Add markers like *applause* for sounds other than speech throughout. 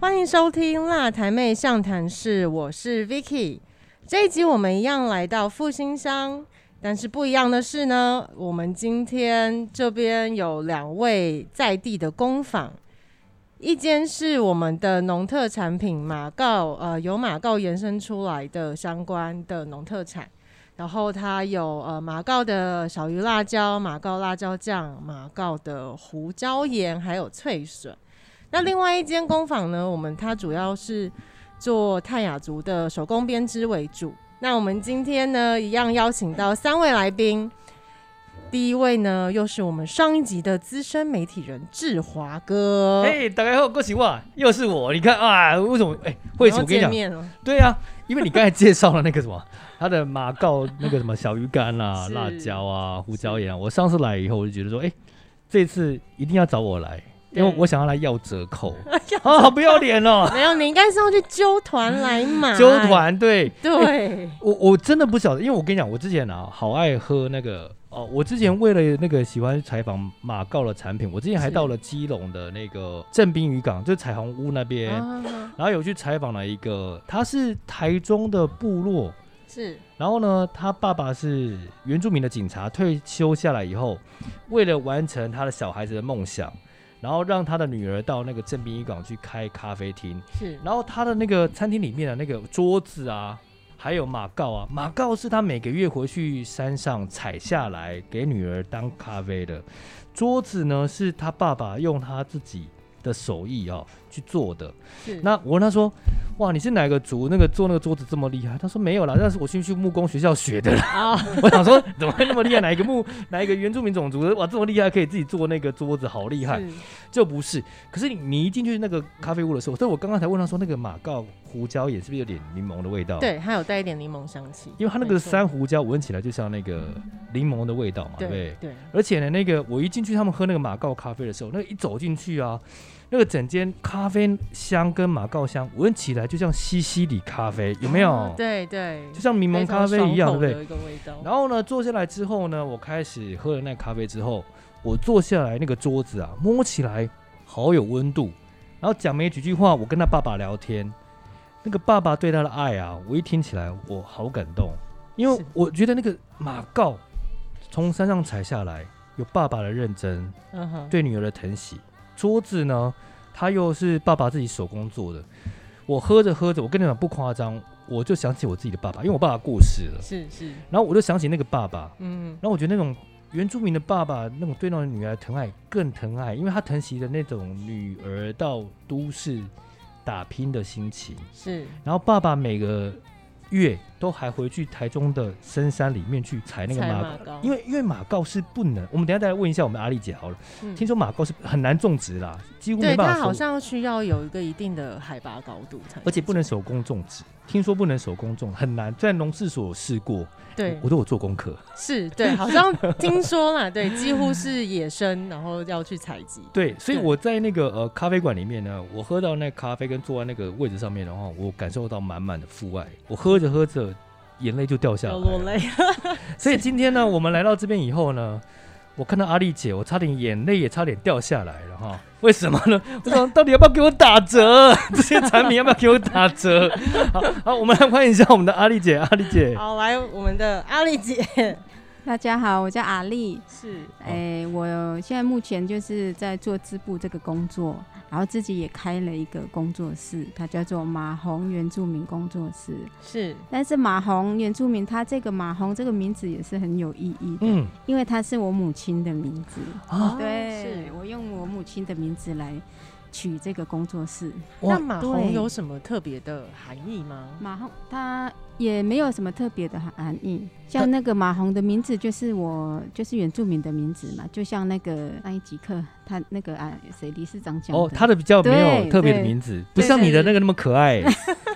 欢迎收听《辣台妹相谈室》，我是 Vicky。这一集我们一样来到复兴乡，但是不一样的是呢，我们今天这边有两位在地的工坊，一间是我们的农特产品马告，呃，由马告延伸出来的相关的农特产。然后它有呃马告的小鱼辣椒、马告辣椒酱、马告的胡椒盐，还有脆笋。那另外一间工坊呢，我们它主要是做泰雅族的手工编织为主。那我们今天呢，一样邀请到三位来宾。第一位呢，又是我们上一集的资深媒体人志华哥，哎、大家好，恭喜我，又是我，你看啊，为什么？哎、我为什么？我跟见你讲，面哦了？对啊，因为你刚才介绍了那个什么， *laughs* 他的马告那个什么小鱼干啊、是辣椒啊、胡椒盐啊，我上次来以后我就觉得说，哎、这次一定要找我来，因为对我想要来要折 *laughs* 扣，啊，好不要脸哦，没有，你应该是要去揪团来 *laughs* 买。纠，团对。 *laughs* 对，我我真的不晓得，因为我跟你讲，我之前啊，好爱喝那个哦，我之前为了那个喜欢采访马告的产品，我之前还是到了基隆的那个正滨渔港，就是彩虹屋那边，啊然后有去采访了一个，他是台中的部落，是然后呢，他爸爸是原住民的警察，退休下来以后，为了完成他的小孩子的梦想，然后让他的女儿到那个正滨渔港去开咖啡厅，是然后他的那个餐厅里面的那个桌子啊，还有马告啊，马告是他每个月回去山上采下来给女儿当咖啡的。桌子呢是他爸爸用他自己的手艺哦去做的。是，那我问他说：“哇，你是哪个族？那个做那个桌子这么厉害？”他说：“没有啦，那是我去去木工学校学的啦。啊， *laughs* 我想说，怎么会那么厉害？哪一个木哪一个原住民种族的哇这么厉害，可以自己做那个桌子，好厉害！是就不是。可是你你一进去那个咖啡屋的时候，所以我刚刚才问他说，那个马告胡椒盐是不是有点柠檬的味道？，对，还有带一点柠檬香气，因为它那没个错山胡椒闻起来就像那个柠檬的味道嘛，对不对对？哦对，而且呢，那个我一进去他们喝那个马告咖啡的时候，那一走进去啊，那个整间咖啡香跟马告香闻起来就像西西里咖啡，有没有？啊对对，就像柠檬咖啡一样，对不对？一个味道，然后呢，坐下来之后呢，我开始喝了那咖啡之后，我坐下来那个桌子啊，摸起来好有温度。然后讲没几句话，我跟他爸爸聊天，那个爸爸对他的爱啊，我一听起来我好感动，因为是我觉得那个马告从山上采下来，有爸爸的认真，嗯哼，对女儿的疼惜。桌子呢，它又是爸爸自己手工做的。我喝着喝着，我跟你讲不夸张，我就想起我自己的爸爸，因为我爸爸过世了。是是，然后我就想起那个爸爸，嗯，然后我觉得那种原住民的爸爸那种对那种女儿的疼爱更疼爱，因为他疼惜的那种女儿到都市打拼的心情。是然后爸爸每个月都还回去台中的深山里面去采那个采马马告，膏，因为因为马告是不能，我们等一下再来问一下我们阿丽姐好了。嗯听说马告是很难种植啦，几乎没对办它法好手，像需要有一个一定的海拔高度才，而且不能手工种植。听说不能手工种，很难。在农事所有试过，对我，都有做功课。是，对，好像听说啦，对，几乎是野生，然后要去采集，对，所以对我在那个呃咖啡馆里面呢，我喝到那咖啡跟坐在那个位置上面的话，我感受到满满的父爱。我喝着喝着，眼泪就掉下来要了落。泪，所以今天呢，我们来到这边以后呢，我看到阿丽姐，我差点眼泪也差点掉下来了哈。为什么呢？我想到底要不要给我打折？ *laughs* 这些产品要不要给我打折？好，好，我们来欢迎一下我们的阿丽姐，阿丽姐。好，来我们的阿丽姐，大家好，我叫阿丽。是哎、我现在目前就是在做织布这个工作，然后自己也开了一个工作室，它叫做马红原住民工作室。是，但是马红原住民，它这个马红这个名字也是很有意义的，嗯因为它是我母亲的名字。啊，对是，哦我用我母亲的名字来取这个工作室。那马红对有什么特别的含义吗？马红它也没有什么特别的含义，像那个马红的名字就是我就是原住民的名字嘛，就像那个那一集课他那个啊谁理事长讲的哦，她的比较没有对特别的对名字，不像你的那个那么可爱。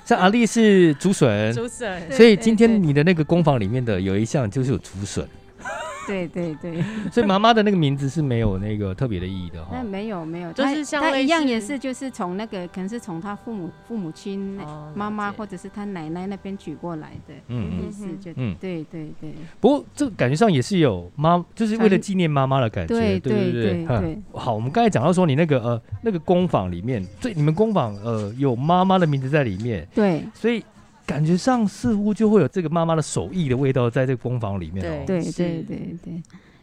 像阿丽是竹嗯笋，竹笋，所以对今对天你的那个工坊里面的有一项就是有竹 *laughs* 笋，对对对，所以妈妈的那个名字是没有那个特别的意义的哈嗯那。没有没有，就他是像他类一样似也是就是从那个可能是从他父母父母亲那、哦妈妈了解或者是他奶奶那边举过来的。嗯嗯，意思就嗯对对对不过这感觉上也是有妈，就是为了纪念妈妈的感觉，对对不对哼对，好，我们刚才讲到说你那个呃那个工坊里面，对，你们工坊呃有妈妈的名字在里面，对所以感觉上似乎就会有这个妈妈的手艺的味道在这个工坊里面哦。对是对对对。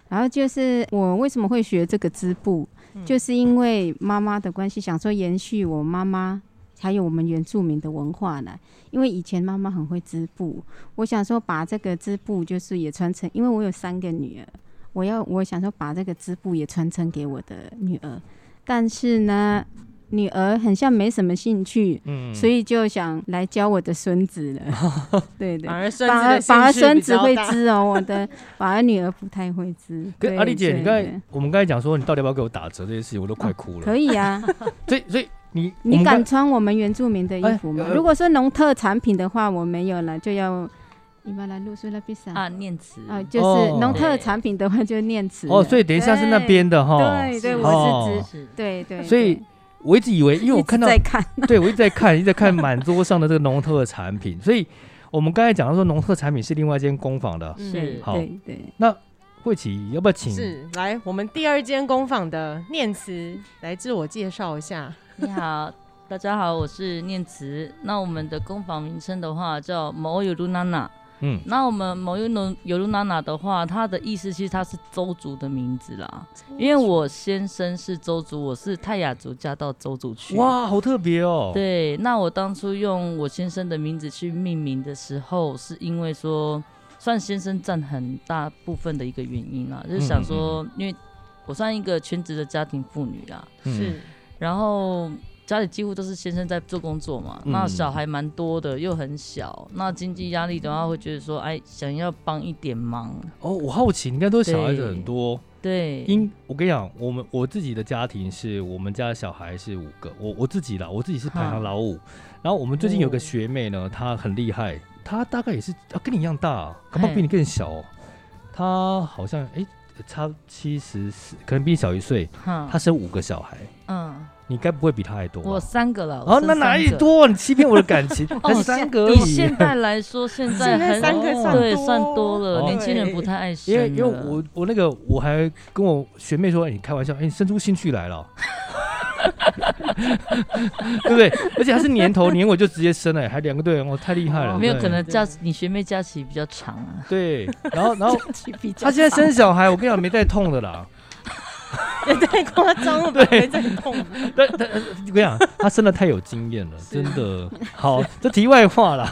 然后就是我为什么会学这个织布，嗯就是因为妈妈的关系，想说延续我妈妈还有我们原住民的文化呢。因为以前妈妈很会织布，我想说把这个织布就是也传承，因为我有三个女儿，我要我想说把这个织布也传承给我的女儿，但是呢，女儿很像没什么兴趣，嗯所以就想来教我的孙子了。对对反，而孙反子而的反而兴孙趣比子较会大织哦，我的反而女儿不太会织。跟对阿丽姐，对你刚对才我们刚才讲说你到底要不要给我打折这件事情，我都快哭了。可以啊，所以所以你我你们敢刚穿我们原住民的衣服哎吗？呃如果说农特产品的话，我没有了，就要你们来露出来比赛啊，念慈啊，就哦是农特产品的话就念慈了。哦，所以等一下是那边的哈。对对，哦我是指是对对，所以对我一直以为，因为我看到一直在看，对，我一直在看，一直在看满桌上的这个农特产品，所以我们刚才讲到说农特产品是另外一间工坊的。嗯嗯是好对 *laughs* 对，慧琪，要不要请？是，来，我们第二间工坊的念慈来自我介绍一下。你好，大家好，我是念慈。那我们的工坊名称的话叫某有露娜娜。嗯，那我们某有露有露娜娜的话，它的意思其实它是邹族的名字啦。因为我先生是邹族，我是泰雅族嫁到邹族去。！哇，好特别哦。，对，那我当初用我先生的名字去命名的时候，是因为说，算先生占很大部分的一个原因啦，就是嗯想说，因为我算一个全职的家庭妇女啊啦，嗯是，然后家里几乎都是先生在做工作嘛，嗯那小孩蛮多的，又很小，那经济压力的话，会觉得说，哎，想要帮一点忙，哦，我好奇，你应该都是小孩子对很多。对，因我跟你讲，我们我自己的家庭是我们家的小孩是五个，我我自己啦，我自己是排行老五。然后我们最近有个哦学妹呢，她很厉害，她大概也是啊跟你一样大、恐怕嘿比你更小、哦。她好像哎、差七十四，可能比你小一岁。哈她生五个小孩，嗯，你该不会比她还多吧？我三个了，啊我，生那哪三里个？多？你欺骗我的感 *laughs* 情，才哦三个而以已。现在来说，现在很三个算对多算多了，哦年轻人不太爱生因了。为因为我我那个我还跟我学妹说，哎你开玩笑，哎、你生出兴趣来了， *laughs* 对不对？而且还是年头年尾就直接生了，还两个队员，我太厉害了。哦没有对可能假你学妹假期比较长啊，对，然后然 *laughs* 后比较他现在生小孩，我跟你讲没带痛的啦。也太夸张了吧？没在动。但但我跟你讲，他生的太有经验 *laughs* 了，真啊的。好，这题外话啦。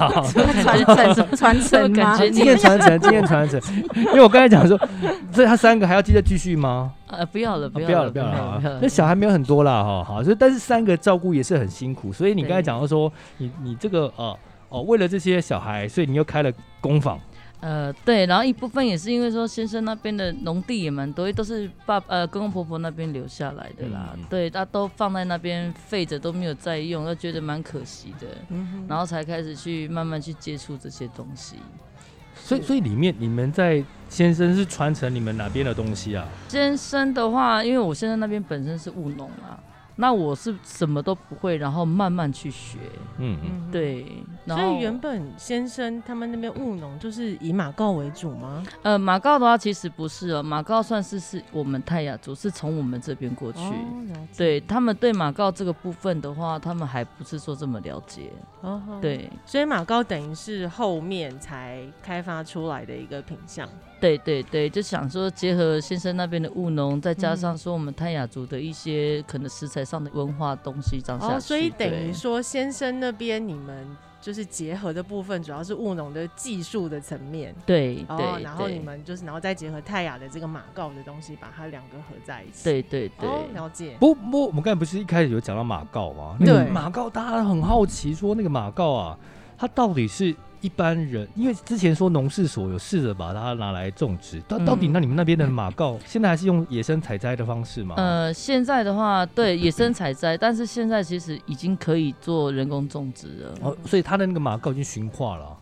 传承传承吗感？*laughs* 觉经你验传承，经验传承。因为我刚才讲说，所以他三个还要记得继续吗？ *laughs* 呃，不要了，啊不不要了，了，不要了，了不要啊了。那小孩没有很多啦，哈，好，所以但是三个照顾也是很辛苦，所以你刚才对讲到说，你你这个呃哦，为了这些小孩，所以你又开了工坊，呃，对，然后一部分也是因为说先生那边的农地也蛮多，都是爸呃公公婆婆那边留下来的啦，嗯对，他都放在那边废着都没有再用，他觉得蛮可惜的，嗯然后才开始去慢慢去接触这些东西。所以所以里面你们在先生是传承你们哪边的东西啊？先生的话，因为我先生那边本身是务农啊，那我是什么都不会，然后慢慢去学，嗯嗯，嗯。对，然所后以原本先生他们那边务农就是以马告为主吗？呃马告的话其实不是哦，马告算是是我们泰雅族是从我们这边过去。哦，了解对他们对马告这个部分的话，他们还不是说这么了解。哦哦对，所以马高等于是后面才开发出来的一个品相，对对对，就想说结合先生那边的务农，再加上说我们泰雅族的一些可能食材上的文化东西，这样下去。哦，所以等于对说先生那边你们就是结合的部分，主要是务农的技术的层面，对对、哦，然后对你们就是然后再结合泰雅的这个马告的东西，把它两个合在一起，，对对对、哦，了解，不不，我们刚才不是一开始有讲到马告吗？对啊那个马告大家很好奇说那个马告啊，它到底是一般人，因为之前说农事所有试着把它拿来种植，到到底嗯那你们那边的马告现在还是用野生采摘的方式吗？呃，现在的话，对野生采摘，但是现在其实已经可以做人工种植了。哦，所以它的那个马告已经驯化了，啊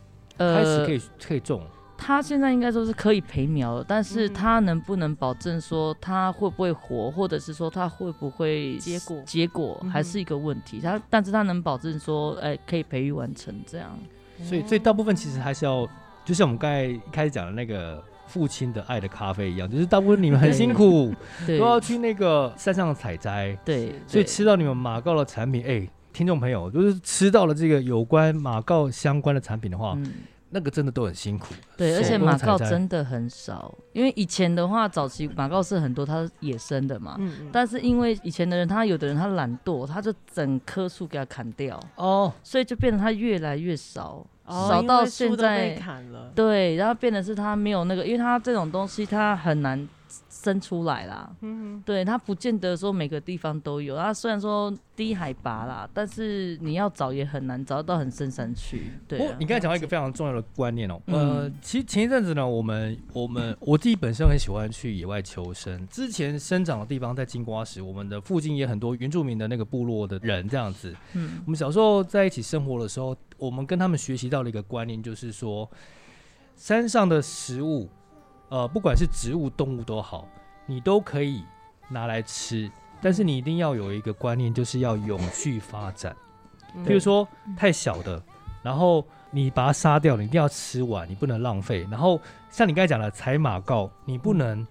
开始呃可，以可以种。它现在应该说是可以培苗了，但是嗯它能不能保证说它会不会活，或者是说它会不会结果结果嗯哼还是一个问题。它，但是它能保证说，哎、可以培育完成这样。嗯所嗯以，所以大部分其实还是要，就像我们刚才一开始讲的那个父亲的爱的咖啡一样，就是大部分你们很辛苦，对都要去那个山上采摘，对，啊所以对吃到你们马告的产品，哎、听众朋友，就是吃到了这个有关马告相关的产品的话，嗯那个真的都很辛苦。对，而哦手且工马采告摘真的很少，因为以前的话，早期马告是很多，它是野生的嘛。嗯，但是因为以前的人，他有的人他懒惰，他就整棵树给它砍掉，哦，所以就变得它越来越少，哦少因到为树现都在被砍了，对，然后变得是它没有那个，因为它这种东西它很难生出来啦。嗯对，它不见得说每个地方都有。它虽然说低海拔啦，但是你要找也很难找到很深山区。对、哦啊，你刚才讲到一个非常重要的观念哦，呃嗯，其实前一阵子呢，我们我们我自己本身很喜欢去野外求生，之前生长的地方在金瓜石，我们的附近也很多原住民的那个部落的人这样子，嗯我们小时候在一起生活的时候，我们跟他们学习到了一个观念，就是说，山上的食物，呃，不管是植物、动物都好，你都可以拿来吃，但是你一定要有一个观念，就是要永续发展。嗯比如说太小的，然后你把它杀掉，你一定要吃完，你不能浪费。然后像你刚才讲的采马告，你不能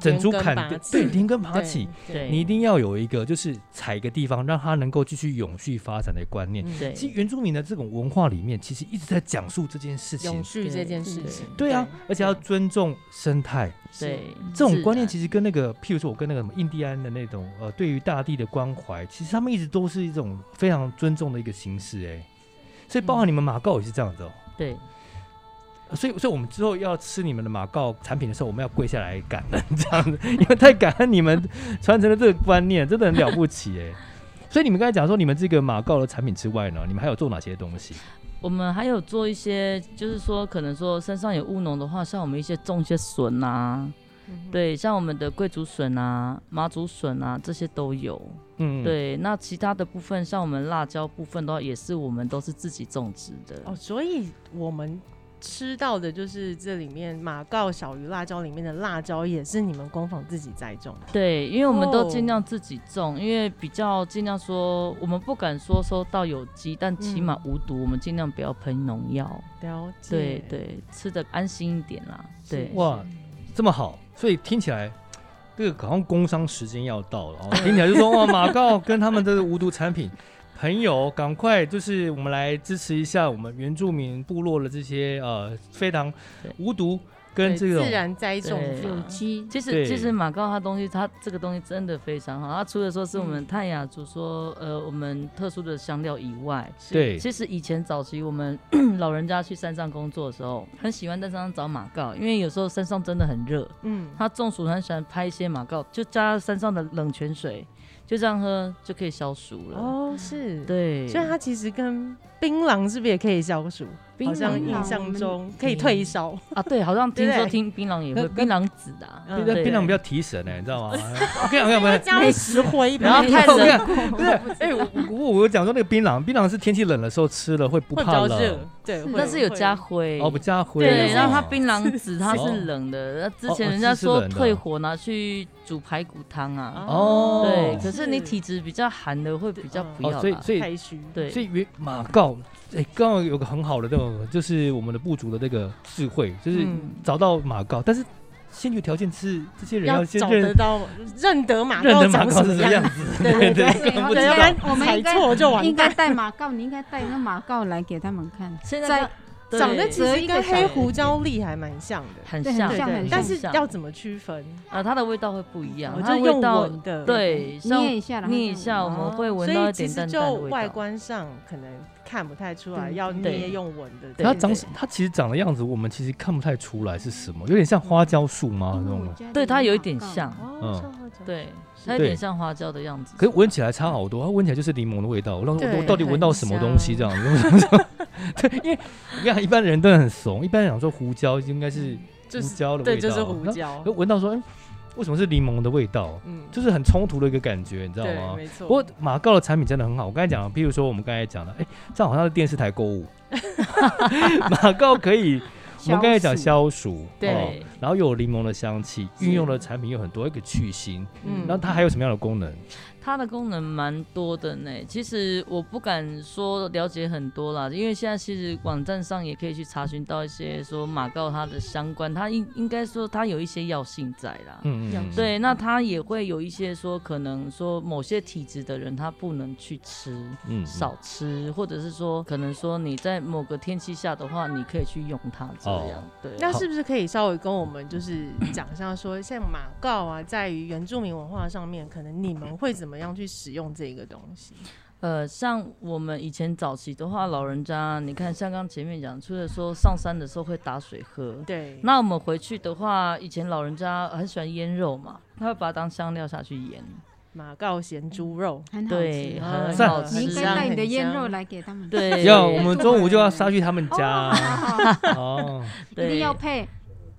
整株嗯连根砍拔掉，起对，连根拔起。，对，你一定要有一个，就是踩一个地方，让它能够继续永续发展的观念。嗯对其实原住民的这种文化里面，其实一直在讲述这件事情永。续这件事情，对啊，而且要尊重生态，对这种观念实其实跟那个，譬如说我跟那个什么印第安的那种，呃，对于大地的关怀，其实他们一直都是一种非常尊重的一个形式，哎，所以包含你们马告也是这样的、哦对所以，所以我们之后要吃你们的马告产品的时候，我们要跪下来感恩 *laughs* 这样子，因为太感恩你们传承了这个观念，真的很了不起哎。所以你们刚才讲说，你们这个马告的产品之外呢，你们还有做哪些东西？我们还有做一些，就是说可能说身上有务农的话，像我们一些种一些笋啊，对，像我们的贵竹笋啊、麻竹笋啊这些都有。嗯，，对，那其他的部分，像我们辣椒部分的话，也是我们都是自己种植的。哦，所以我们吃到的就是这里面马告、小鱼、辣椒里面的辣椒，也是你们工坊自己栽种的。对，因为我们都尽哦量自己种，因为比较尽量说，我们不敢说说到有机，但起码嗯无毒，我们尽量不要喷农药。了对解，，对，吃的安心一点啦。对，哇，这么好，所以听起来这个好像工商时间要到了哦，听起来就说哇，马告跟他们的无毒产品，朋友赶快就是我们来支持一下我们原住民部落的这些呃非常对无毒跟这自种然栽种对法有机其实对其实马告它东西，它这个东西真的非常好。它除了说是我嗯们泰雅族说、呃我们特殊的香料以外，对其实以前早期我们 *clears throat* 老人家去山上工作的时候，很喜欢在山上找马告，因为有时候山上真的很热，嗯，他中暑很喜欢拍一些马告，就加山上的冷泉水，就这样喝就可以消暑了。哦，是，对，所以它其实跟槟榔是不是也可以消暑？槟好像榔印啊我象们中可以退烧，啊，对，好像听对不说对听槟榔也那会槟榔籽的啊、嗯那对槟榔比较提神呢、欸你知道吗？ *laughs* 我跟你讲，我跟你讲，加了石灰吧，然后看我跟你着讲，不是，哎、我我我讲说那个槟榔，槟榔是天气冷的时候吃了会不会比怕较冷热，，对，会但是有会加灰哦，不加灰，对，哦然后它槟榔籽它哦是冷的，那之哦前哦人家是是说冷的退火拿去煮排骨汤啊，哦对，可是你体质比较寒的会比较哦不要哦，所以啦，所以太虚，对所，以原马告，哎、刚刚有个很好的这种，就是我们的部族的这个智慧，就是嗯找到马告，但是先决条件是这些人要先找认得到认得马认告得马长告什是么什么样样，子，对对对 *laughs* 对，不对知要不然要不道然。我们踩 *laughs* 应该错就完应蛋该。带马告，你应该带那马告来给他们看。现在在对长得其择实一跟个黑小胡椒粒还蛮像的，很对很像，对像对，很但像是要怎么区分？啊，它的味道会不一样我，它就的味用道闻的，哦对，像捏一下，然后捏一再下，我闻们会所闻到以一其点实淡淡就的味外道。观上可能看不太出来，对要捏对用闻的。对它对长对什，它其实长的样子，我们其实看不太出来是什么，有点像花椒树吗？那嗯因为我啊种家里对，它有有一马点告像，哦嗯，像花椒对，它有点像花椒的样子。可是闻起来差好多，它闻起来就是柠檬的味道。我让对我到底闻到什么东西这样子？ *laughs* 对，因为我跟你讲，一般人都很怂，一般人想说胡椒应该是胡嗯就是椒的味道，对，就是胡，椒就。闻到说，嗯，为什么是柠檬的味道？嗯，就是很冲突的一个感觉，你知道对，吗？没错。嗯不过马告的产品真的很好，我刚才讲了，譬如说我们刚才讲的，哎、这样好像是电视台购物， *laughs* 马告可以，我们刚才讲消暑，对哦然后又有柠檬的香气，运用的产品有很多，一个去腥，嗯然后它还有什么样的功能？它的功能蛮多的呢。其实我不敢说了解很多啦，因为现在其实网站上也可以去查询到一些说马告它的相关，它应应该说它有一些药性在啦。嗯嗯，嗯，对，那它也会有一些说，可能说某些体质的人他不能去吃，嗯少吃，或者是说，可能说你在某个天气下的话，你可以去用它这样。哦对，啊那是不是可以稍微跟我们就是讲一下说，像马告啊，在于原住民文化上面，可能你们会怎么样去使用这个东西？呃，像我们以前早期的话，老人家，你看像刚前面讲，除了说上山的时候会打水喝，对，那我们回去的话，以前老人家很喜欢腌肉嘛，他会把它当香料下去腌，马告咸猪肉，很好对，吃。很赞嗯啊好你应吃该很香带你的很腌香肉来给他们，，对，要我们中午就要杀去他们家 *laughs* 啊哦，一对定要配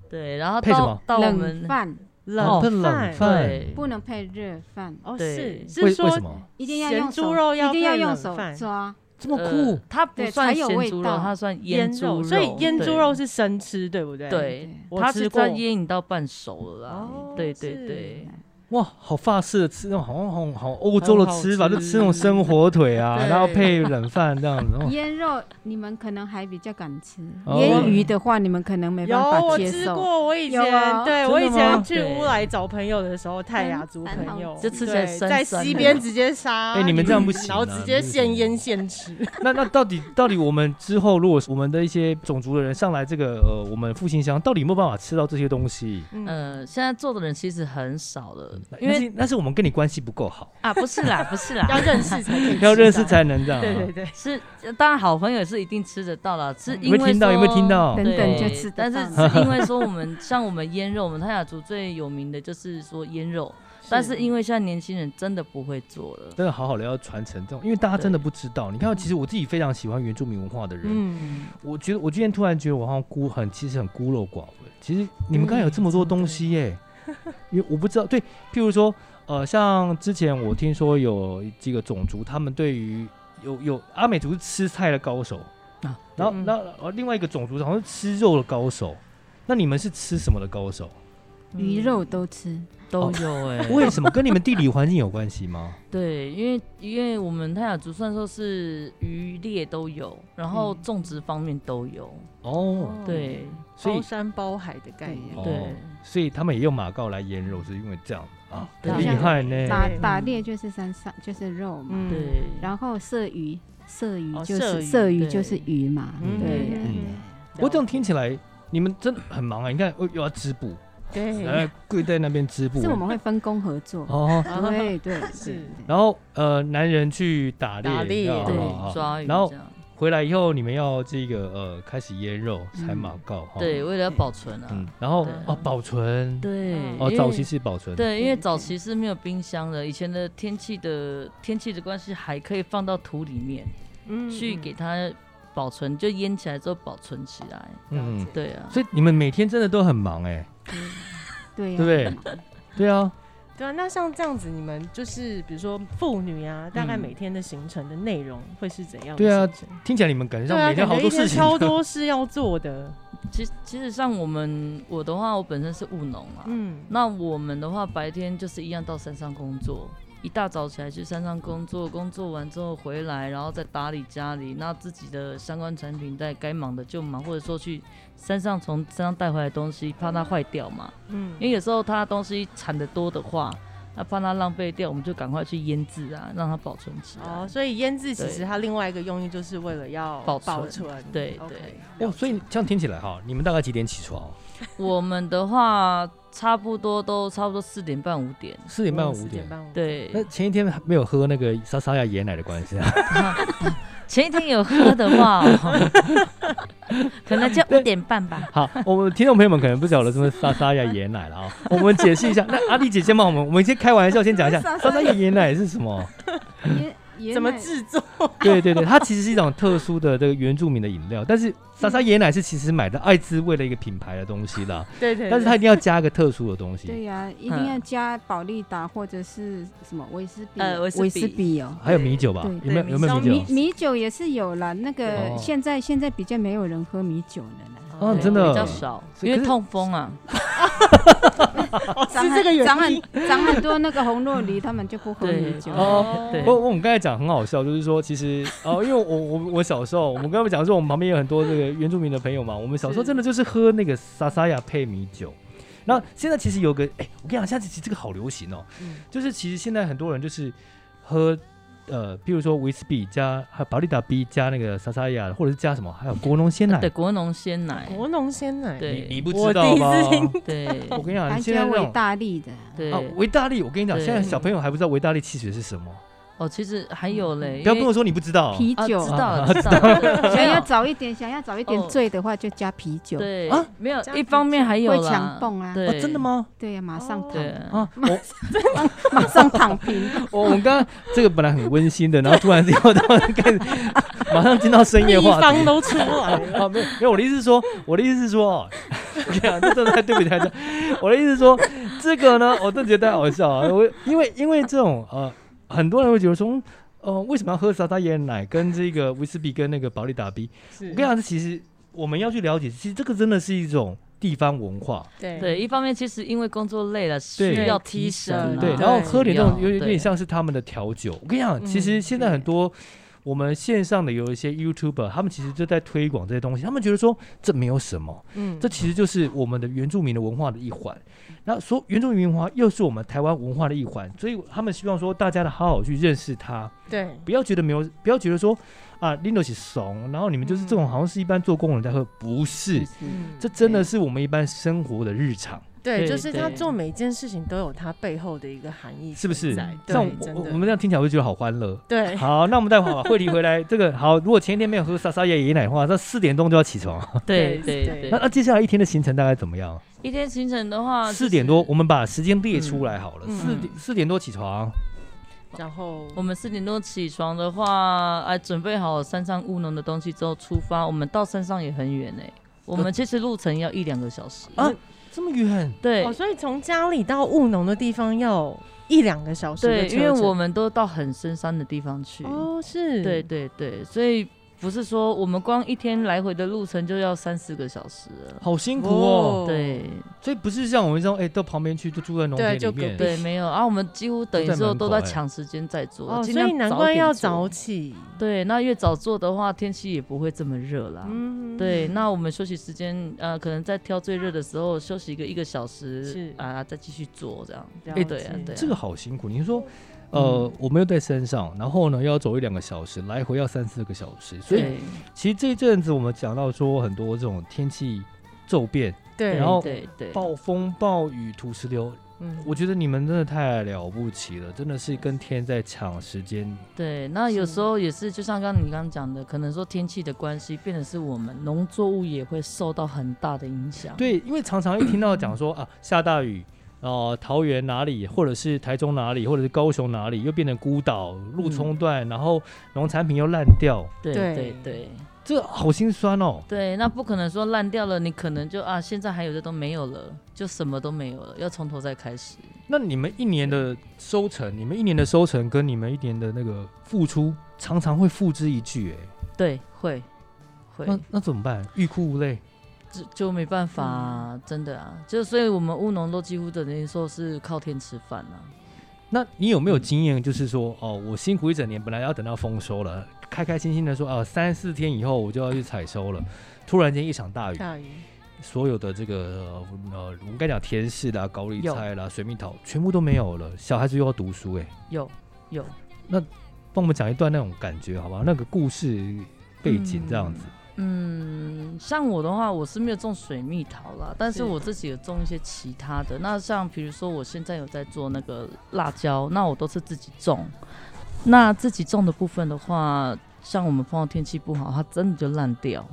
对，然后配什么到到我冷们饭，哦冷炖冷饭对，不能配热饭，哦，对是为是为什说呃么一定要咸用手猪肉要一定要配用冷手饭抓，这么呃酷？它不对算才有咸味猪肉，道它算腌猪所以腌猪对肉是生吃，对不对？对我，它吃是在过腌你到半熟了啦哦。对是对对哇，好法式的吃，那种好好好欧洲的吃法，很好就吃吃那种生火腿啊，对然后配冷饭这样子。 *laughs* 哦腌肉你们可能还比较敢吃，哦腌鱼的话你们可能没有办法我接吃受。过，我以有啊前对真的我以前吗去对乌来找朋友的时候，泰雅族蛮朋友好吃就吃起来对酸在酸溪的边直接杀，哎你们这样不行然后啊直接你们现不行腌现吃， *laughs* 那那到底到底我们之后，如果是我们的一些种族的人上来这个呃，我们复兴乡，到底有没有办法吃到这些东西？嗯呃，现在做的人其实很少了，因那是为那是我们跟你关系不够 *laughs* 好，啊，不是啦，不是要 *laughs* 啦，认识才可以吃要认识到才能这 *laughs* 样啊。对对对，是当然好朋友是一定吃得到啦，是有因没为嗯有听到？有没有说听？到？等等就对吃得但到是 *laughs* 了是因为说我们像我们腌肉，我们泰雅族最有名的就是说腌肉， *laughs* 但是因为现在年轻人真的不会做了，真的好好的要传承这种，因为大家真的不知道。你看，其实我自己非常喜欢原住民文化的人，嗯，我觉得我今天突然觉得我好像孤很，其实很孤陋寡闻。其实你们刚才有这么多东西耶、 *laughs* 因为我不知道。对，譬如说，呃，像之前我听说有几个种族，他们对于有有阿美族是吃菜的高手，啊然后对那呃另外一个种族好像是吃肉的高手。那你们是吃什么的高手？鱼肉都吃，都有哎、为什么跟你们地理环境有关系吗？对，因为因为我们泰雅族算说是渔猎都有，然后嗯种植方面都有，哦，对所以包山包海的概念哦，对所以他们也用马告来腌肉，是因为这样啊，对很厉害呢。打对打猎就是山上就是肉嘛，嗯对，然后射鱼，射鱼哦就射是鱼射鱼对就是鱼嘛，嗯对嗯不过这样听起来，你们真的很忙啊！你看，又又要织布，对哎，跪在那边织布是。我们会分工合作，嗯哦，对对 *laughs* 是然后呃，男人去打猎，打猎要对好好抓鱼然后这样，回来以后，你们要这个呃，开始腌肉、采马告。哈对，，为了要保存啊，嗯，然后对哦，保存，对，哦，因早为期是保存，对，因为早期是没有冰箱的，以前的天气的天气的关系，还可以放到土里面嗯去给它保存，就腌起来之后保存起来。嗯，对啊，所以你们每天真的都很忙哎，对对不对？对啊，对啊，那像这样子，你们就是比如说妇女啊，大概嗯每天的行程的内容会是怎样的对啊行程？听起来你们感觉对上啊，每天感好觉一多事天情，超多事要做的。其实其实像我们我的话，我本身是务农啊，嗯，那我们的话白天就是一样到山上工作。一大早起来去山上工作，工作完之后回来，然后再打理家里，那自己的相关产品在该忙的就忙，或者说去山上从山上带回来的东西，怕它坏掉嘛，嗯因为有时候它东西产的多的话，那怕它浪费掉，我们就赶快去腌制啊，让它保存起来。哦，所以腌制其实对它另外一个用意就是为了要保存保存。对 OK，对哦，所以这样听起来哈，你们大概几点起床？我们的话，差不多都差不多四点半五点。四点半五4点点。半，对，那前一天没有喝那个莎莎亚椰奶的关系啊， *laughs* 前一天有喝的话哦，可能就五点半吧。好，我们听众朋友们可能不晓得什么莎莎呀、椰奶了啊、我们解释一下。那阿丽姐先帮我们，我们先开玩笑，先讲一下莎莎呀、椰奶是什么？也怎么制作？对对对，它其实是一种特殊的这个原住民的饮料，但是莎莎椰奶是其实买的爱滋味的一个品牌的东西啦，对对，但是它一定要加一个特殊的东对西，呀、一定要加保利达或者是什么威士比，呃威士威比士比哦。还有米酒吧？有对没有有没有米米米酒？米酒也是有了，那个哦现在现在比较没有人喝米酒了啦。哦，对真的比较少，是因为可是痛风啊。长这个原因长很长很多那个红肉梨，他们就不喝米酒。哦对我我们刚才讲很好笑，就是说其实哦，因为我我我小时候，我们刚才讲说我们旁边有很多这个原住民的朋友嘛，我们小时候真的就是喝那个萨萨亚配米酒。那现在其实有个哎、我跟你讲，现在其实这个好流行哦，就是其实现在很多人就是喝呃，比如说威士忌加还有保利达 B 加那个萨萨亚，或者是加什么，还有国农鲜奶对，。国农鲜奶，国农鲜奶，对你你不我第知道一吗？次 *laughs* 听对我跟你讲，还现在加那维种大利的，对啊，维大利，我跟你讲，对现在小朋友还不知道维大利汽水是什么，哦，其实还有嘞，不要跟因我为说你不知道。啤酒啊，知道了，*laughs* 知道了，想没要有早一点，想要早一点哦醉的话，就加啤酒，对啊没有加，一方面还有会啦强蹦啊。对啊，真的？吗？对呀，马上躺对，啊，我马上躺平。 *laughs* 哦我我们刚刚这个本来很温馨的，然后突然之后到开始，马上进到深夜一话题方。都出来 *laughs* 了。啊，没有没有，我的意思是说，我的意思是说， *laughs* 哦，这样这真的太对不起大家。我的意思是说，这个呢，我真的觉得太好笑啊！我因为因为这种呃，很多人会觉得说，嗯呃，为什么要喝沙沙椰奶跟这个威士忌跟那个保利达 B？我跟你讲，这其实我们要去了解，其实这个真的是一种地方文化。对对，一方面其实因为工作累了，对需要提神啊，对，嗯然后喝点那种对有有对点像是他们的调酒。我跟你讲，其实现在很多我们线上的有一些嗯 YouTuber，他们其实就在推广这些东西。他们觉得说这没有什么，嗯这其实就是我们的原住民的文化的一环。那说原住民文化又是我们台湾文化的一环，所以他们希望说大家的好好去认识它，对不要觉得没有，不要觉得说啊 l i n d o 是怂，然后你们就是嗯这种好像是一般做工人在喝，不是，嗯这真的是我们一般生活的日常。对，对就是对他做每件事情都有他背后的一个含义存在，是不是？像对，我真我的哎我们这样听起来会觉得好欢乐。对好，那我们待会儿把慧婷回来。这个好，如果前一天没有喝莎莎爷爷奶的话，那四点钟就要起床。对对对对啊对那那接下来一天的行程大概怎么样？一天行程的话，四就是点多，我们把时间列出来好了。嗯四点四点多起床，然后我们四点多起床的话，哎，准备好山上务农的东西之后出发。我们到山上也很远哎、我们其实路程要一两个小时啊这么远，对哦，所以从家里到务农的地方要一两个小时对，的车因程为我们都到很深山的地方去。哦是，对对对，所以不是说我们光一天来回的路程就要三四个小时了。好辛苦哦。哦对所以不是像我们这种哎，到旁边去就住在农田对就里隔面。壁 *laughs* 对，没有啊，我们几乎等于就在说门口都在哎抢时间在做，哦，尽所量以难早怪点要做啊早起，对，那越早做的话，天气也不会这么热啦。嗯，啊对，那我们休息时间，呃，可能在挑最热的时候休息一个一个小时是，啊、再继续做这样。了哎对啊解对啊这个好辛苦。你说，嗯呃，我们又在山上，然后呢又要走一两个小时，来回要三四个小时，所以对其实这一阵子我们讲到说很多这种天气骤变，对，然后对对对暴风、暴雨、土石流，嗯我觉得你们真的太了不起了，真的是跟天在抢时间。对，那有时候也是，就像刚刚你刚刚讲的，可能说天气的关系，变得是我们农作物也会受到很大的影响。对，因为常常一听到讲说啊下大雨，哦，桃园哪里，或者是台中哪里，或者是高雄哪里，又变成孤岛、路冲断，然后农产品又烂掉，对对对对这好心酸哦。对，那不可能说烂掉了，你可能就啊，现在还有的都没有了，就什么都没有了，要从头再开始。那你们一年的收成，你们一年的收成跟你们一年的那个付出，常常会付之一炬，哎，对，会会。那那怎么办？欲哭无泪。就就没办法、啊，真的啊，就所以我们务农都几乎等于说是靠天吃饭啊。那你有没有经验？就是说，哦，我辛苦一整年，本来要等到丰收了，开开心心的说，啊，三四天以后我就要去采收了，突然间一场大雨，大雨，所有的这个呃呃，我们该讲甜柿啦、高丽菜啦、水蜜桃，全部都没有了，小孩子又要读书、哎，有有，帮我们讲一段那种感觉，好不好？那个故事背景这样子，嗯，像我的话，我是没有种水蜜桃啦，但是是我自己有种一些其他的。那像比如说，我现在有在做那个辣椒，那我都是自己种。那自己种的部分的话，像我们碰到天气不好，它真的就烂掉。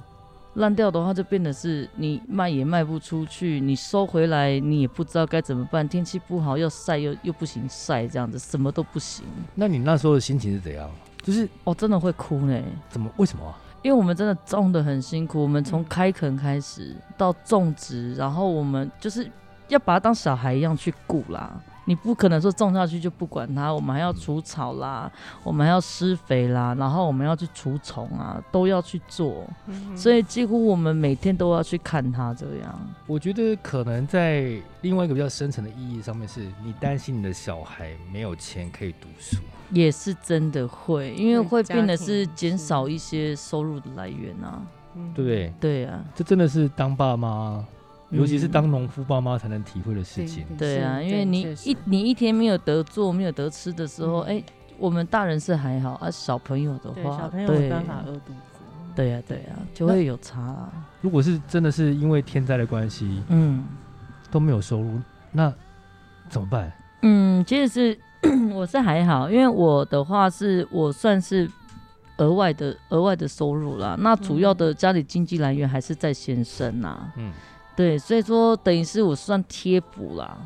烂掉的话，就变得是你卖也卖不出去，你收回来你也不知道该怎么办。天气不好要晒又又不行晒，这样子什么都不行。那你那时候的心情是怎样？就是哦，真的会哭呢、怎么为什么啊、因为我们真的种的很辛苦，我们从开垦开始到种植，然后我们就是要把它当小孩一样去顾啦。你不可能说种下去就不管它，我们还要除草啦，我们还要施肥啦，然后我们要去除虫啊，都要去做，嗯所以几乎我们每天都要去看它这样。我觉得可能在另外一个比较深层的意义上面，是你担心你的小孩没有钱可以读书。也是真的会，因为对会家变得庭是是减少一些收入的来源啊。嗯对不对？对啊，这真的是当爸妈，嗯尤其是当农夫爸妈才能体会的事情。对啊，是因为对你确一实你一天没有得做、没有得吃的时候，哎、嗯我们大人是还好啊，小朋友的对话，小朋友对没办法饿肚子，对呀、啊对呀、就那会有差、啊。如果是真的是因为天灾的关系嗯都没有收入，那怎么办？嗯，其实是我是还好，因为我的话是我算是额外的额外的收入啦。那主嗯要的家里经济来源还是在先生呐、嗯，对，所以说等于是我算贴补啦。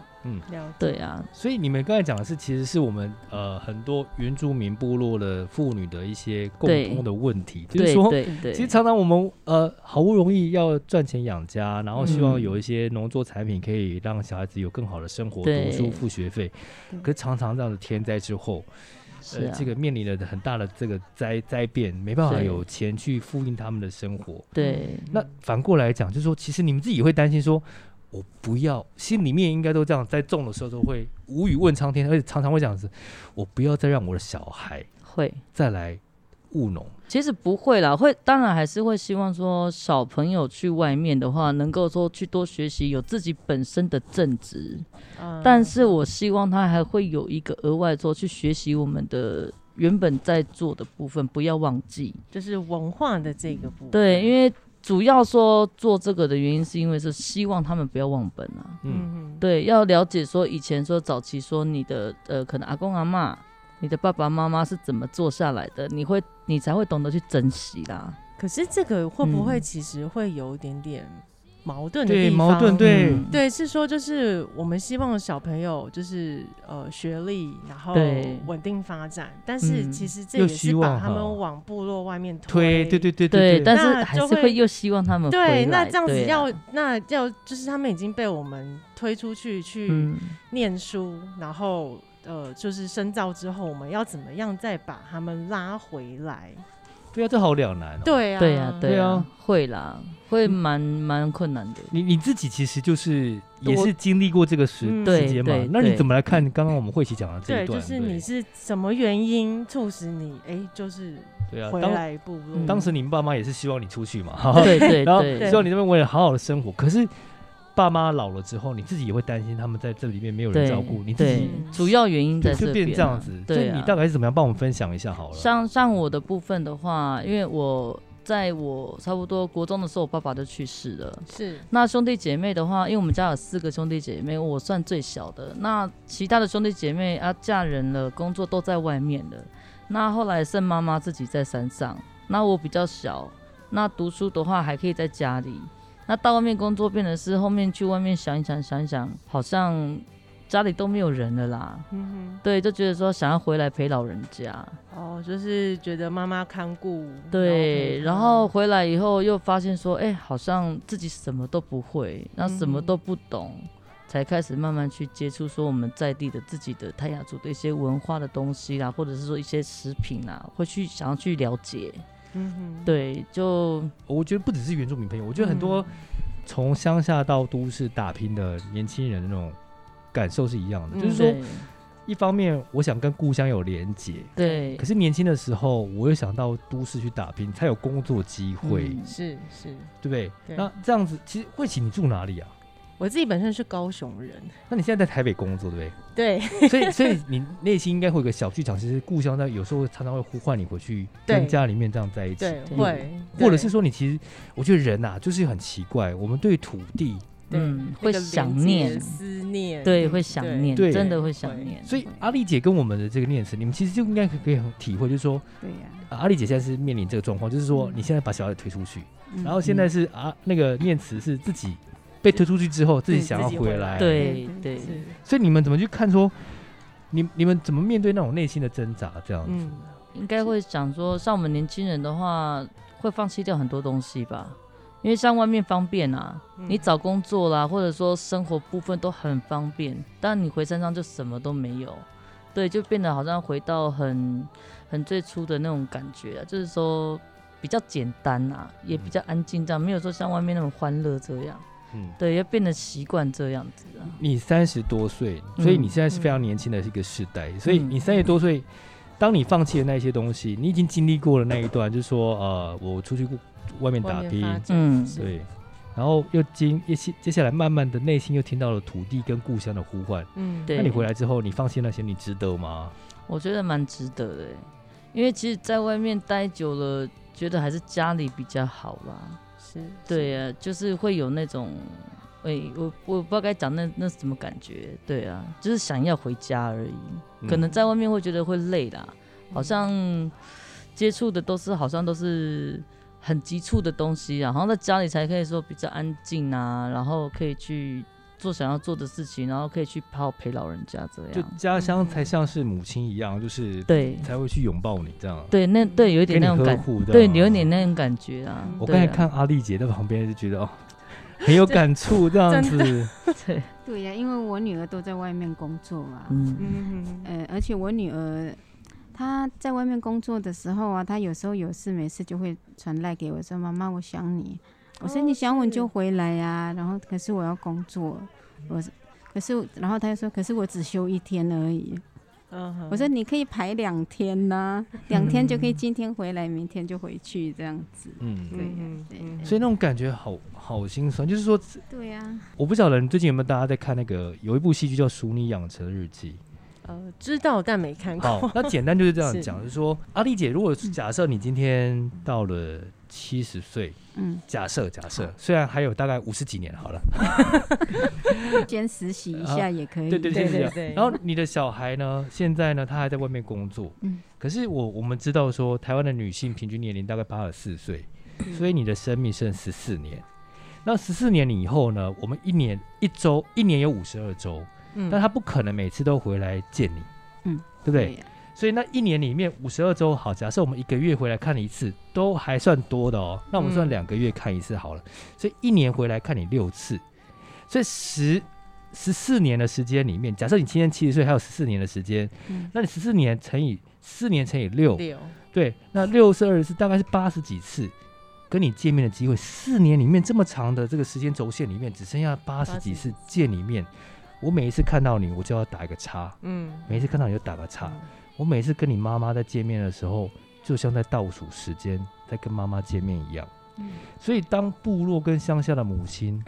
了解对啊，所以你们刚才讲的是，其实是我们呃很多原住民部落的妇女的一些共对通的问题，就是对说。对对，其实常常我们呃好不容易要赚钱养家，然后希嗯望有一些农作产品可以让小孩子有更好的生活、对读书、付学费。可是常常这样的天灾之后，是呃啊，呃这个面临了很大的这个灾灾变，没办法对有钱去复印他们的生活。嗯对。那反过来讲，就是说，其实你们自己也会担心说，我不要，心里面应该都这样，在种的时候都会无语问苍天，而且常常会讲是，我不要再让我的小孩会，再来务农。其实不会啦，会当然还是会希望说小朋友去外面的话，能够说去多学习，有自己本身的正职。嗯但是我希望他还会有一个额外说去学习我们的原本在做的部分，不要忘记。就是文化的这个部分。对，因为主要说做这个的原因，是因为是希望他们不要忘本啊。嗯，嗯对，要了解说以前说早期说你的呃，可能阿公阿妈、你的爸爸妈妈是怎么做下来的，你会你才会懂得去珍惜啦。哼，可是这个会不会嗯其实会有一点点矛盾的对，地方矛盾，对。嗯对，是说就是我们希望小朋友就是呃学历，然后对稳定发展，但是嗯其实这又也希是望把他哈们往部落外面推，对对对嗯对，但那是还就是会会又希望他们对，回那来这样子对啊要、那要就是他们已经被我们推出去去嗯，念书，然后呃就是深造之后，我们要怎么样再把他们拉回来？对啊，这好两难哦。，对啊，对呀，对啊嗯呀，会啦，会蛮蛮困难的。你你自己其实就是也我是经历过这个时嗯时间嘛对对，那你对怎么来看刚刚我们慧琪讲的这对，一就段？是你是什么原因促使你哎、就是对啊，回当来部落？嗯当时你们爸妈也是希望你出去嘛，哈哈 *laughs* 对对哦然后对希望你这边为了好好的生活，可是。爸妈老了之后，你自己也会担心他们在这里面没有人对照顾，你自己对，嗯主要原因在就这变边这样啊子。对就啊，你大概是怎么样？帮我们分享一下好了。像像我的部分的话，因为我在我差不多国中的时候，我爸爸就去世了。是那兄弟姐妹的话，因为我们家有四个兄弟姐妹，我算最小的。那其他的兄弟姐妹啊，嫁人了，工作都在外面了。那后来剩妈妈自己在山上，那我比较小，那读书的话还可以在家里。那到外面工作，变得是后面去外面想一想，想一想，好像家里都没有人了啦。嗯对，就觉得说想要回来陪老人家。哼，哦，就是觉得妈妈看顾，对，然然后后陪回来以后又发现说，哎、好像自己什么都不会，那什么嗯哼都不懂，才开始慢慢去接触说我们在地的自己的泰雅族的一些文化的东西啦，或者是说一些食品啦，会去想要去了解。她嗯哼，对，就我觉得不只是原住民朋友，我觉得很多嗯从乡下到都市打拼的年轻人的那种感受是一样的，嗯就是说对一方面我想跟故乡有连结，对可，是年轻的时候我又想到都市去打拼，才有工作机会，嗯是是，对不对？对那这样子，其实慧琪你住哪里啊？我自己本身是高雄人，那你现在在台北工作，对对，不对？所以，所以你内心应该会有个小剧场，其实故乡在有时候常常会呼唤你回去对跟家里面这样在一起。 *laughs* 对，对会，或者是对说，你其实我觉得人呐、就是很奇怪，我们对土地，对嗯那会个想连接念思念，对，会想对念，对真的会想会念。所以阿丽姐跟我们的这个念词，你们其实就应该可以很体会，就是说，对呀、啊阿丽姐现在是面临这个状况，就嗯是说，你现在把小孩推出去，嗯然后现在是啊，那个念慈是自己被推出去之后，自己想要自己回回来。来对对对，是所以你们怎么去看说，你你们怎么面对那种内心的挣扎？这样子，嗯，应该会想说，像我们年轻人的话，会放弃掉很多东西吧。因为像外面方便啊，你找工作啦，或者说生活部分都很方便，但你回山上就什么都没有，对，就变得好像回到很很最初的那种感觉啊，就是说比较简单啊，也比较安静，这样没有说像外面那么欢乐这样，嗯，对，也变得习惯这样子啊。你三十多岁，嗯所以你现在是非常年轻的一个时代，所以你三十多岁，当你放弃了那些东西，你已经经历过了那一段，就是说，呃，我出去外面打外面拼，发展嗯是对，然后又经接接下来慢慢的内心又听到了土地跟故乡的呼唤，嗯，对那你回来之后，你放弃那些，你值得吗？我觉得蛮值得的欸，因为其实在外面待久了，觉得还是家里比较好啦。是，对啊，就是会有那种，哎、我我不知道该讲那那是什么感觉。对啊，就是想要回家而已。嗯可能在外面会觉得会累啦，好嗯像接触的都是好像都是很急促的东西啊，好像在家里才可以说比较安静啊，然后可以去做想要做的事情，然后可以去好好陪老人家这就样。家乡才像是母亲一样，就是对才会去拥抱你这样，对，那对有一给点你那种呵感护的，对，有点。那种感觉啊。我对刚才啊看阿丽姐在旁边就觉得哦，很有感触这样子，对，对呀、因为我女儿都在外面工作啊嘛，嗯，嗯，呃，而且我女儿她在外面工作的时候啊，她有时候有事没事就会传赖给我说：“妈妈，我想你。”我说：“哦你想我你就是回来呀、然后可是我要工作，我可是然后她就说：“可是我只休一天而已。”嗯哼我说：“你可以排两天呐、两天就可以今天回来，明天就回去这样子。嗯，对呀、嗯对嗯呀、所以那种感觉好好心酸。就是说，对呀、我不晓得你最近有没有大家在看那个有一部戏剧叫《熟女养成日记》。呃，知道但没看过， *laughs* 好，那简单就是这样讲，是 *laughs* 就是说，阿丽姐，如果是假设你今天到了七十岁， *laughs* 嗯，假设假设，虽然还有大概五十几年好了，先实习一啊下也可以。对对对对对对对然后你的小孩呢，现在呢，他还在外面工作。嗯可是我我们知道说，台湾的女性平均年龄大概八十四岁，嗯所以你的生命剩十四年。那十四年以后呢，我们一年一周，一年有五十二周，嗯但他不可能每次都回来见你，嗯，对不对？呀所以那一年里面五十二周，好，假设我们一个月回来看你一次，都还算多的哦。那我们算嗯两个月看一次好了，所以一年回来看你六次，所以十十四年的时间里面，假设你今年七十岁，还有十四年的时间，嗯那你十四年乘以四年乘以六，六，对，那六是二十四，大概是八十几次。跟你见面的机会，四年里面这么长的这个时间轴线里面，只剩下八十几次见你面。我每一次看到你，我就要打一个叉，嗯，每一次看到你就打个叉。嗯我每次跟你妈妈在见面的时候，就像在倒数时间，在跟妈妈见面一样。所以，当部落跟乡下的母亲，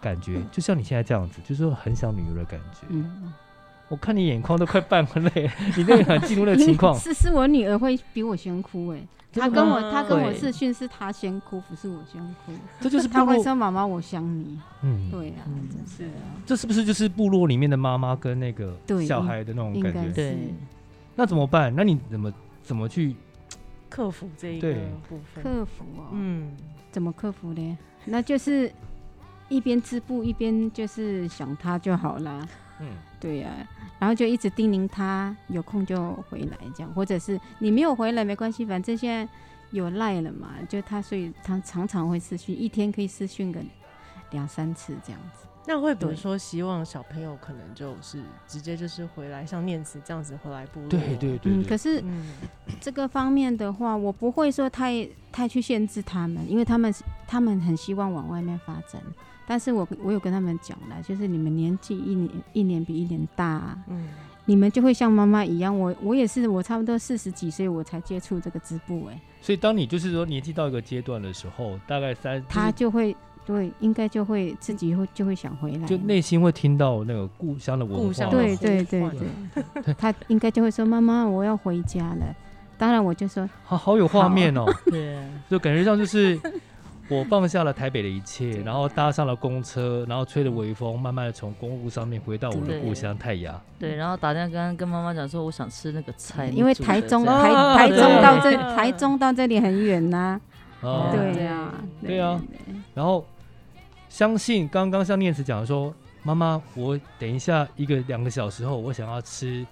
感 *laughs* 觉就像你现在这样子，就是说很想女儿的感觉。嗯，我看你眼眶都快半昏 *laughs* 泪了，你那个进入那个情况， *laughs* 是是我女儿会比我先哭哎、她真的跟吗我她跟我会视讯是她先哭，不是我先哭。 *laughs* 这就是她部会落。说妈妈我想你，嗯，对呀、嗯真是啊，这是不是就是部落里面的妈妈跟那个对小孩的那种应感该觉？ *laughs* 对是那怎么办？那你怎么怎么去？克服这一个对部分，克服哦，嗯，怎么克服呢？那就是一边织布一边就是想她就好啦。嗯，对呀、然后就一直叮咛他有空就回来这样，或者是你没有回来没关系，反正现在有赖了嘛，就他所以他常常会私讯，一天可以私讯个两三次这样子。那会比如对说希望小朋友可能就是直接就是回来像念慈这样子回来部落，啊对对，对嗯，对可，是嗯这个方面的话，我不会说太太去限制他们，因为他们他们很希望往外面发展，但是我我有跟他们讲了，就是你们年纪一年一年比一年大、啊，嗯，你们就会像妈妈一样，我我也是，我差不多四十几岁我才接触这个织布、哎，所以当你就是说年纪到一个阶段的时候，大概三，他就会对，应该就会自己会就会想回来了。就内心会听到那个故乡的文故化哦乡嘛，对的呼对对唤对他应该就会说：“妈妈，我要回家了。”当然，我就说好好有画面哦，对啊，就感觉上就是我放下了台北的一切，然后搭上了公车，然后吹着微风，慢慢的从公路上面回到我的对故乡泰雅。对，然后打电话跟跟妈妈讲说，我想吃那个哎菜，因为台中台哦台中 *laughs* 对到这台中到这里很远呐、啊哦对对呀、对啊，然后相信刚刚像念慈讲说，妈妈，我等一下一个两个小时后，我想要吃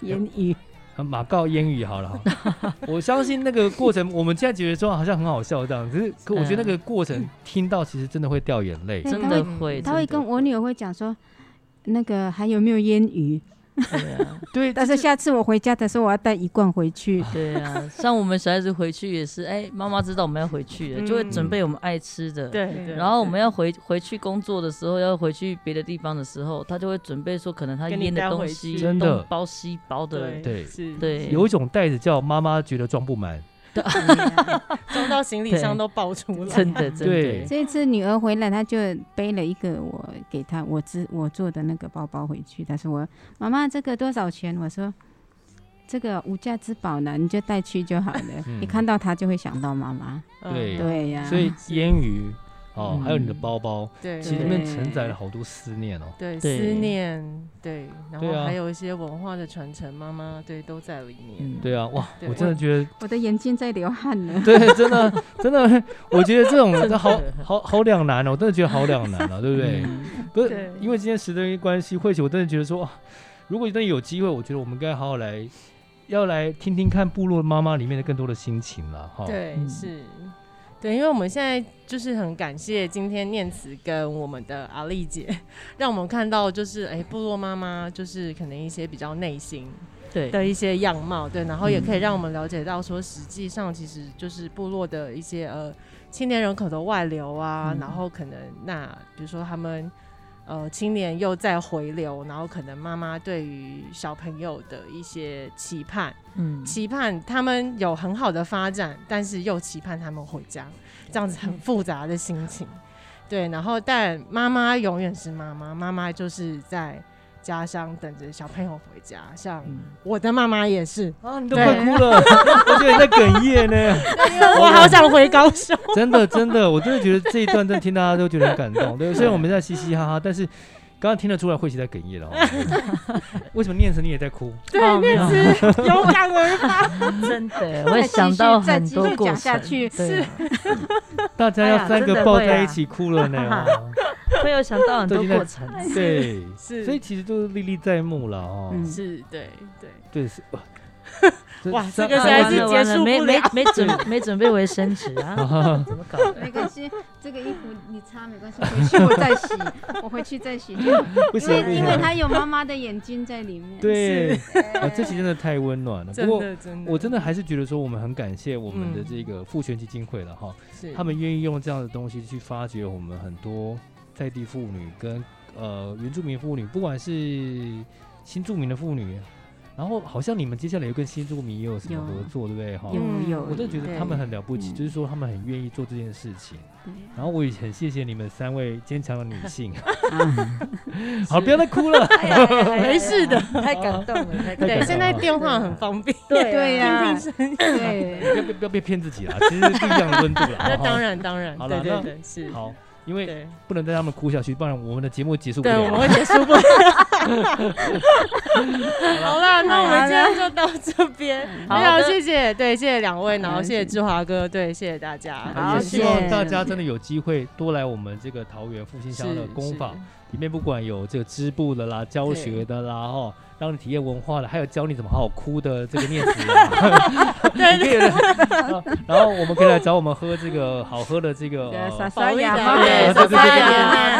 言语啊马告烟雨好了哈。我相信那个过程，我们现在觉得说好像很好笑这样，可是可我觉得那个过程听到其实真的会掉眼泪。对真他的会会，他会真跟的我女儿会讲说，那个还有没有烟雨？对啊，对，但是下次我回家的时候，我要带一罐回去。对啊，像我们小孩子回去也是，哎，妈妈知道我们要回去了，就会准备我们爱吃的。 *laughs* 对对然后我们要回回去工作的时候，要回去别的地方的时候，他就会准备说，可能他给你腌的带东回西，去真的东包西包的，对是，对， *laughs* 有一种袋子叫妈妈觉得装不满，装到行李箱对都爆出来。真的真对的，这次女儿回来，她就背了一个我给她我自我做的那个包包回去。她说我：“妈妈，这个多少钱？”我说：“这个无价之宝呢，你就带去就好了。嗯一看到她就会想到妈妈。嗯对对呀、所以烟雨哦，嗯还有你的包包，对其实里面承载了好多思念哦。对对思念，对，然对后啊还有一些文化的传承，妈妈对都在里面。嗯，对啊，哇，对我真的觉得我的眼睛在流汗 *laughs* 了。对，真的， *laughs* 真的，我觉得这种好好好两难哦，我真的觉得好两难哦，对不对？嗯不是对因为今天时间关系，慧姐，我真的觉得说，啊如果真的有机会，我觉得我们应该好好来，要来听听看部落妈妈里面的更多的心情了哈。对，嗯是，对，因为我们现在就是很感谢今天念慈跟我们的阿丽姐，让我们看到就是哎、部落妈妈就是可能一些比较内心对的一些样貌，对，然后也可以嗯让我们了解到说，实际上其实就是部落的一些呃青年人口的外流啊，嗯然后可能那比如说他们。呃，青年又在回流，然后可能妈妈对于小朋友的一些期盼，嗯，期盼他们有很好的发展，但是又期盼他们回家，这样子很复杂的心情。对，然后但妈妈永远是妈妈，妈妈就是在家乡等着小朋友回家。像嗯我的妈妈也 *laughs* 是，啊，你都快哭了，我觉得你在哽咽呢。我好想回高 *laughs* 雄。真的，真的，我真的觉得这一段真的听大家都觉得很感动。对，虽然我们在嘻嘻哈哈，但是刚刚听得出来慧姐在哽咽了哦。为什么念成你也在哭？对，那是勇敢而发。真的，我会想到再很继续再继续多过讲下程去对啊，大家要三哎呀真个的抱会啊在一起哭了呢。哦会有想到很都多已经过在程，对，是所以其实都是历历在目了哦。嗯是，对对。对，是哇哇三这个啊实在完是结了完了束没不没了没准没准备卫生纸啊， *laughs* 啊怎么搞？ *laughs* 没关系，这个衣服你擦没关系，回 *laughs* 去我再洗，我回去再洗就好。不因行不为因为行，她有妈妈的眼睛在里面。对，啊，这期真的太温暖了。不真过的真的，我真的还是觉得说，我们很感谢我们的嗯这个父权基金会了哈，是他们愿意用这样的东西去发掘我们很多在地妇女跟呃原住民妇女，不管是新住民的妇女，然后好像你们接下来又跟新住民也有什么有合作，对不对？哈，有嗯有，我真的觉得他们很了不起，嗯就是说他们很愿意做这件事情。对然后我也很谢谢你们三位坚强的女 *laughs* 性。 *laughs* 啊好，不要再哭了，哎没事的，太感动了，太感动了啊对，现在电话很方便。啊对呀，不对。要 *laughs* 不要不要被骗自己啦，其实是不一样的温度啦。那哈当，然当然，好对了对那对，是。好，因为对不能再让他们哭下去，不然我们的节目结束不对，我了们。会结束不了。 *laughs* 好啦，那我们今天就到这边，好非常的谢谢，对，谢谢两位，然后好谢谢志华哥，对，谢谢大家，啊也好希望谢大家真的有机会多来我们这个桃园复兴乡的工坊，里面不管有这个织布的啦、教学的啦，哦，让你体验文化的，还有教你怎么好好哭的这个念词啦。 *laughs* 对对对。 *laughs* 然后我们可以来找我们喝这个好喝的这个对，呃撒撒亚对嘛，对对对对撒对，亚来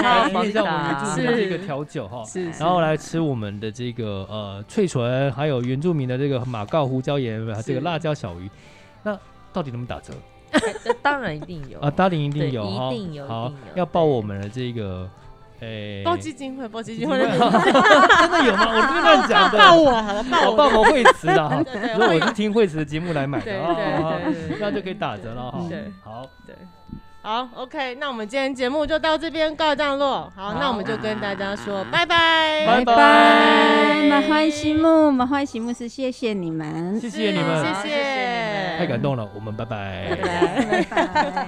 嘛帮一下我们原住民的这个调酒哈，是，是然后来吃我们的这个呃脆唇，还有原住民的这个马告胡椒盐，这个辣椒小鱼，那到底能不能打折哎呃当然一定有啊？，搭领一定对有一哈，定有一好定有要报我们的这个诶，报基金会，报基金会， *laughs* 真的有吗？我不是乱讲的，报我好了，报我报我惠慈的哈，对对所以我是听惠慈的节目来买对的对啊，对对对那就可以打折了哈对。好，对，好，OK，那我们今天节目就到这边告一段落。好，那我们就跟大家说拜拜，拜拜，拜，马欢喜木，马欢喜木是谢谢你们，谢谢你们，谢谢，太感动了，我们拜拜拜拜。